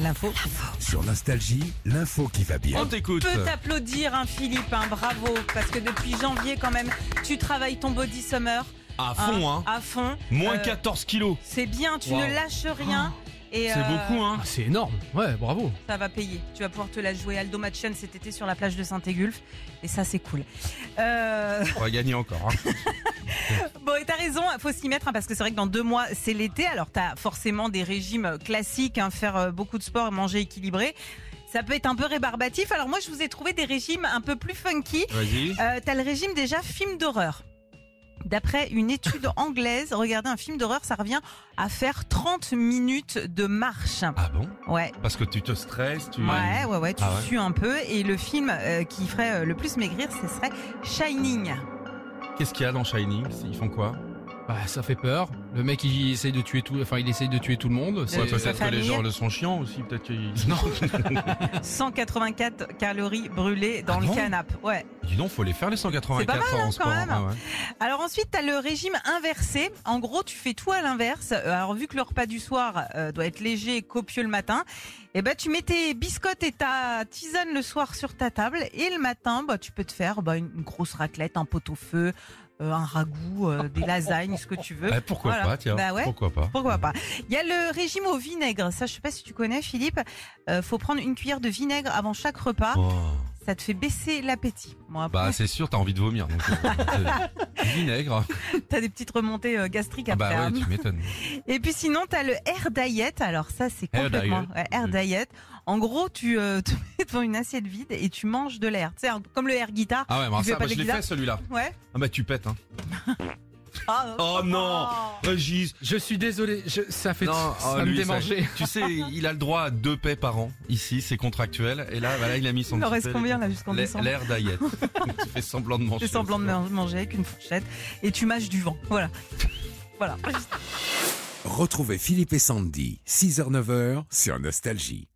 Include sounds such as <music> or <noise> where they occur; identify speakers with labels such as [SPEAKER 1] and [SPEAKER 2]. [SPEAKER 1] L'info.
[SPEAKER 2] Sur Nostalgie, l'info qui va bien.
[SPEAKER 3] On t'écoute.
[SPEAKER 1] Peut t'applaudir, hein, Philippe, hein, bravo, parce que depuis janvier, quand même, tu travailles ton body summer.
[SPEAKER 3] À fond, hein.
[SPEAKER 1] À fond.
[SPEAKER 3] Moins
[SPEAKER 1] Euh,
[SPEAKER 3] 14 kilos.
[SPEAKER 1] C'est bien, tu
[SPEAKER 4] Wow.
[SPEAKER 1] ne lâches rien. et
[SPEAKER 3] Oh, C'est
[SPEAKER 1] euh,
[SPEAKER 3] beaucoup, hein.
[SPEAKER 4] Ah, c'est énorme. Ouais, bravo.
[SPEAKER 1] Ça va payer. Tu vas pouvoir te la jouer Aldo Machian cet été sur la plage de Saint-Égulf. Et ça, c'est cool. Euh, <laughs>
[SPEAKER 3] On va gagner encore. hein.
[SPEAKER 1] Bon, et t'as raison, faut s'y mettre hein, parce que c'est vrai que dans deux mois, c'est l'été. Alors, t'as forcément des régimes classiques, hein, faire euh, beaucoup de sport et manger équilibré. Ça peut être un peu rébarbatif. Alors, moi, je vous ai trouvé des régimes un peu plus funky.
[SPEAKER 3] <laughs> Vas-y.
[SPEAKER 1] Euh, t'as le régime déjà film d'horreur. D'après une
[SPEAKER 3] <laughs>
[SPEAKER 1] étude anglaise, regarder un film d'horreur, ça revient à faire 30 minutes de marche.
[SPEAKER 3] Ah bon
[SPEAKER 1] Ouais.
[SPEAKER 3] Parce que tu te stresses, tu.
[SPEAKER 1] Ouais, ouais, ouais, tu
[SPEAKER 3] Ah ouais.
[SPEAKER 1] sues un peu. Et le film euh, qui ferait euh, le plus maigrir, ce serait
[SPEAKER 3] <laughs>
[SPEAKER 1] Shining.
[SPEAKER 3] Qu'est-ce qu'il y a dans Shining Ils font quoi
[SPEAKER 4] Bah, ça fait peur. Le mec, il essaye de tuer tout, enfin, il essaye de tuer tout le monde. C'est-
[SPEAKER 1] Ouais,
[SPEAKER 3] Peut-être
[SPEAKER 1] sa
[SPEAKER 3] que les
[SPEAKER 1] famille.
[SPEAKER 3] gens le sont chiants aussi.
[SPEAKER 1] <laughs>
[SPEAKER 3] Peut-être qu'ils. Non.
[SPEAKER 1] 184 calories brûlées dans
[SPEAKER 3] Ah
[SPEAKER 1] le
[SPEAKER 3] bon
[SPEAKER 1] canapé. Ouais.
[SPEAKER 3] <laughs> Dis donc, faut les faire les 184
[SPEAKER 1] C'est pas mal,
[SPEAKER 3] en
[SPEAKER 1] hein,
[SPEAKER 3] sport.
[SPEAKER 1] quand même.
[SPEAKER 3] Ah ouais.
[SPEAKER 1] Alors ensuite, t'as le régime inversé. En gros, tu fais tout à l'inverse. Euh, Alors vu que le repas du soir euh, doit être léger et copieux le matin, eh ben tu mets tes biscottes et ta tisane le soir sur ta table et le matin, bah tu peux te faire bah, une une grosse raclette, un pot-au-feu, euh, un ragoût, euh,
[SPEAKER 3] <laughs>
[SPEAKER 1] des lasagnes, ce que tu veux.
[SPEAKER 3] Eh, pourquoi
[SPEAKER 1] Voilà.
[SPEAKER 3] pas, tiens.
[SPEAKER 1] Bah ouais.
[SPEAKER 3] Pourquoi pas
[SPEAKER 1] Pourquoi pas Il y a le régime au vinaigre. Ça, je sais pas si tu connais, Philippe. Euh, faut prendre une cuillère de vinaigre avant chaque repas.
[SPEAKER 3] Oh.
[SPEAKER 1] Ça te fait baisser l'appétit. Bon, après,
[SPEAKER 3] Bah c'est sûr, t'as envie de vomir. Donc,
[SPEAKER 1] <laughs>
[SPEAKER 3] euh, c'est- vinaigre.
[SPEAKER 1] t'as des petites remontées euh, gastriques
[SPEAKER 3] Bah.
[SPEAKER 1] après.
[SPEAKER 3] Ah bah
[SPEAKER 1] hein.
[SPEAKER 3] ouais, tu m'étonnes.
[SPEAKER 1] Et puis sinon, t'as le air diet. Alors ça, c'est
[SPEAKER 3] Air Mm.
[SPEAKER 1] complètement
[SPEAKER 3] diet.
[SPEAKER 1] ouais, air diet. En gros, tu euh, <laughs> te mets devant une assiette vide et tu manges de l'air. Tu sais, un- comme le air guitare.
[SPEAKER 3] Ah ouais, bah,
[SPEAKER 1] Tu fais
[SPEAKER 3] ça,
[SPEAKER 1] pas
[SPEAKER 3] bah, je l'ai
[SPEAKER 1] d'exercice
[SPEAKER 3] fait celui-là.
[SPEAKER 1] Ouais.
[SPEAKER 3] Ah bah tu pètes. Hein.
[SPEAKER 1] Ah,
[SPEAKER 3] Oh non Régis
[SPEAKER 4] Je suis désolé. je- ça fait,
[SPEAKER 3] Non,
[SPEAKER 4] ça
[SPEAKER 3] oh,
[SPEAKER 4] me
[SPEAKER 3] lui,
[SPEAKER 4] démangeait.
[SPEAKER 3] Tu sais, il a le droit à deux paies par an. Ici, c'est contractuel. Et là, voilà, il a mis son.
[SPEAKER 1] Il en
[SPEAKER 3] petit
[SPEAKER 1] reste
[SPEAKER 3] paie-
[SPEAKER 1] combien, là, jusqu'en
[SPEAKER 3] L'air-
[SPEAKER 1] décembre
[SPEAKER 3] L'air
[SPEAKER 1] <laughs>
[SPEAKER 3] diet. tu fais semblant de manger. hein.
[SPEAKER 1] Fais semblant de man- manger avec une fourchette et tu mâches du vent. Voilà. <laughs> Voilà.
[SPEAKER 2] Retrouvez Philippe et Sandy, 6h-9h sur Nostalgie.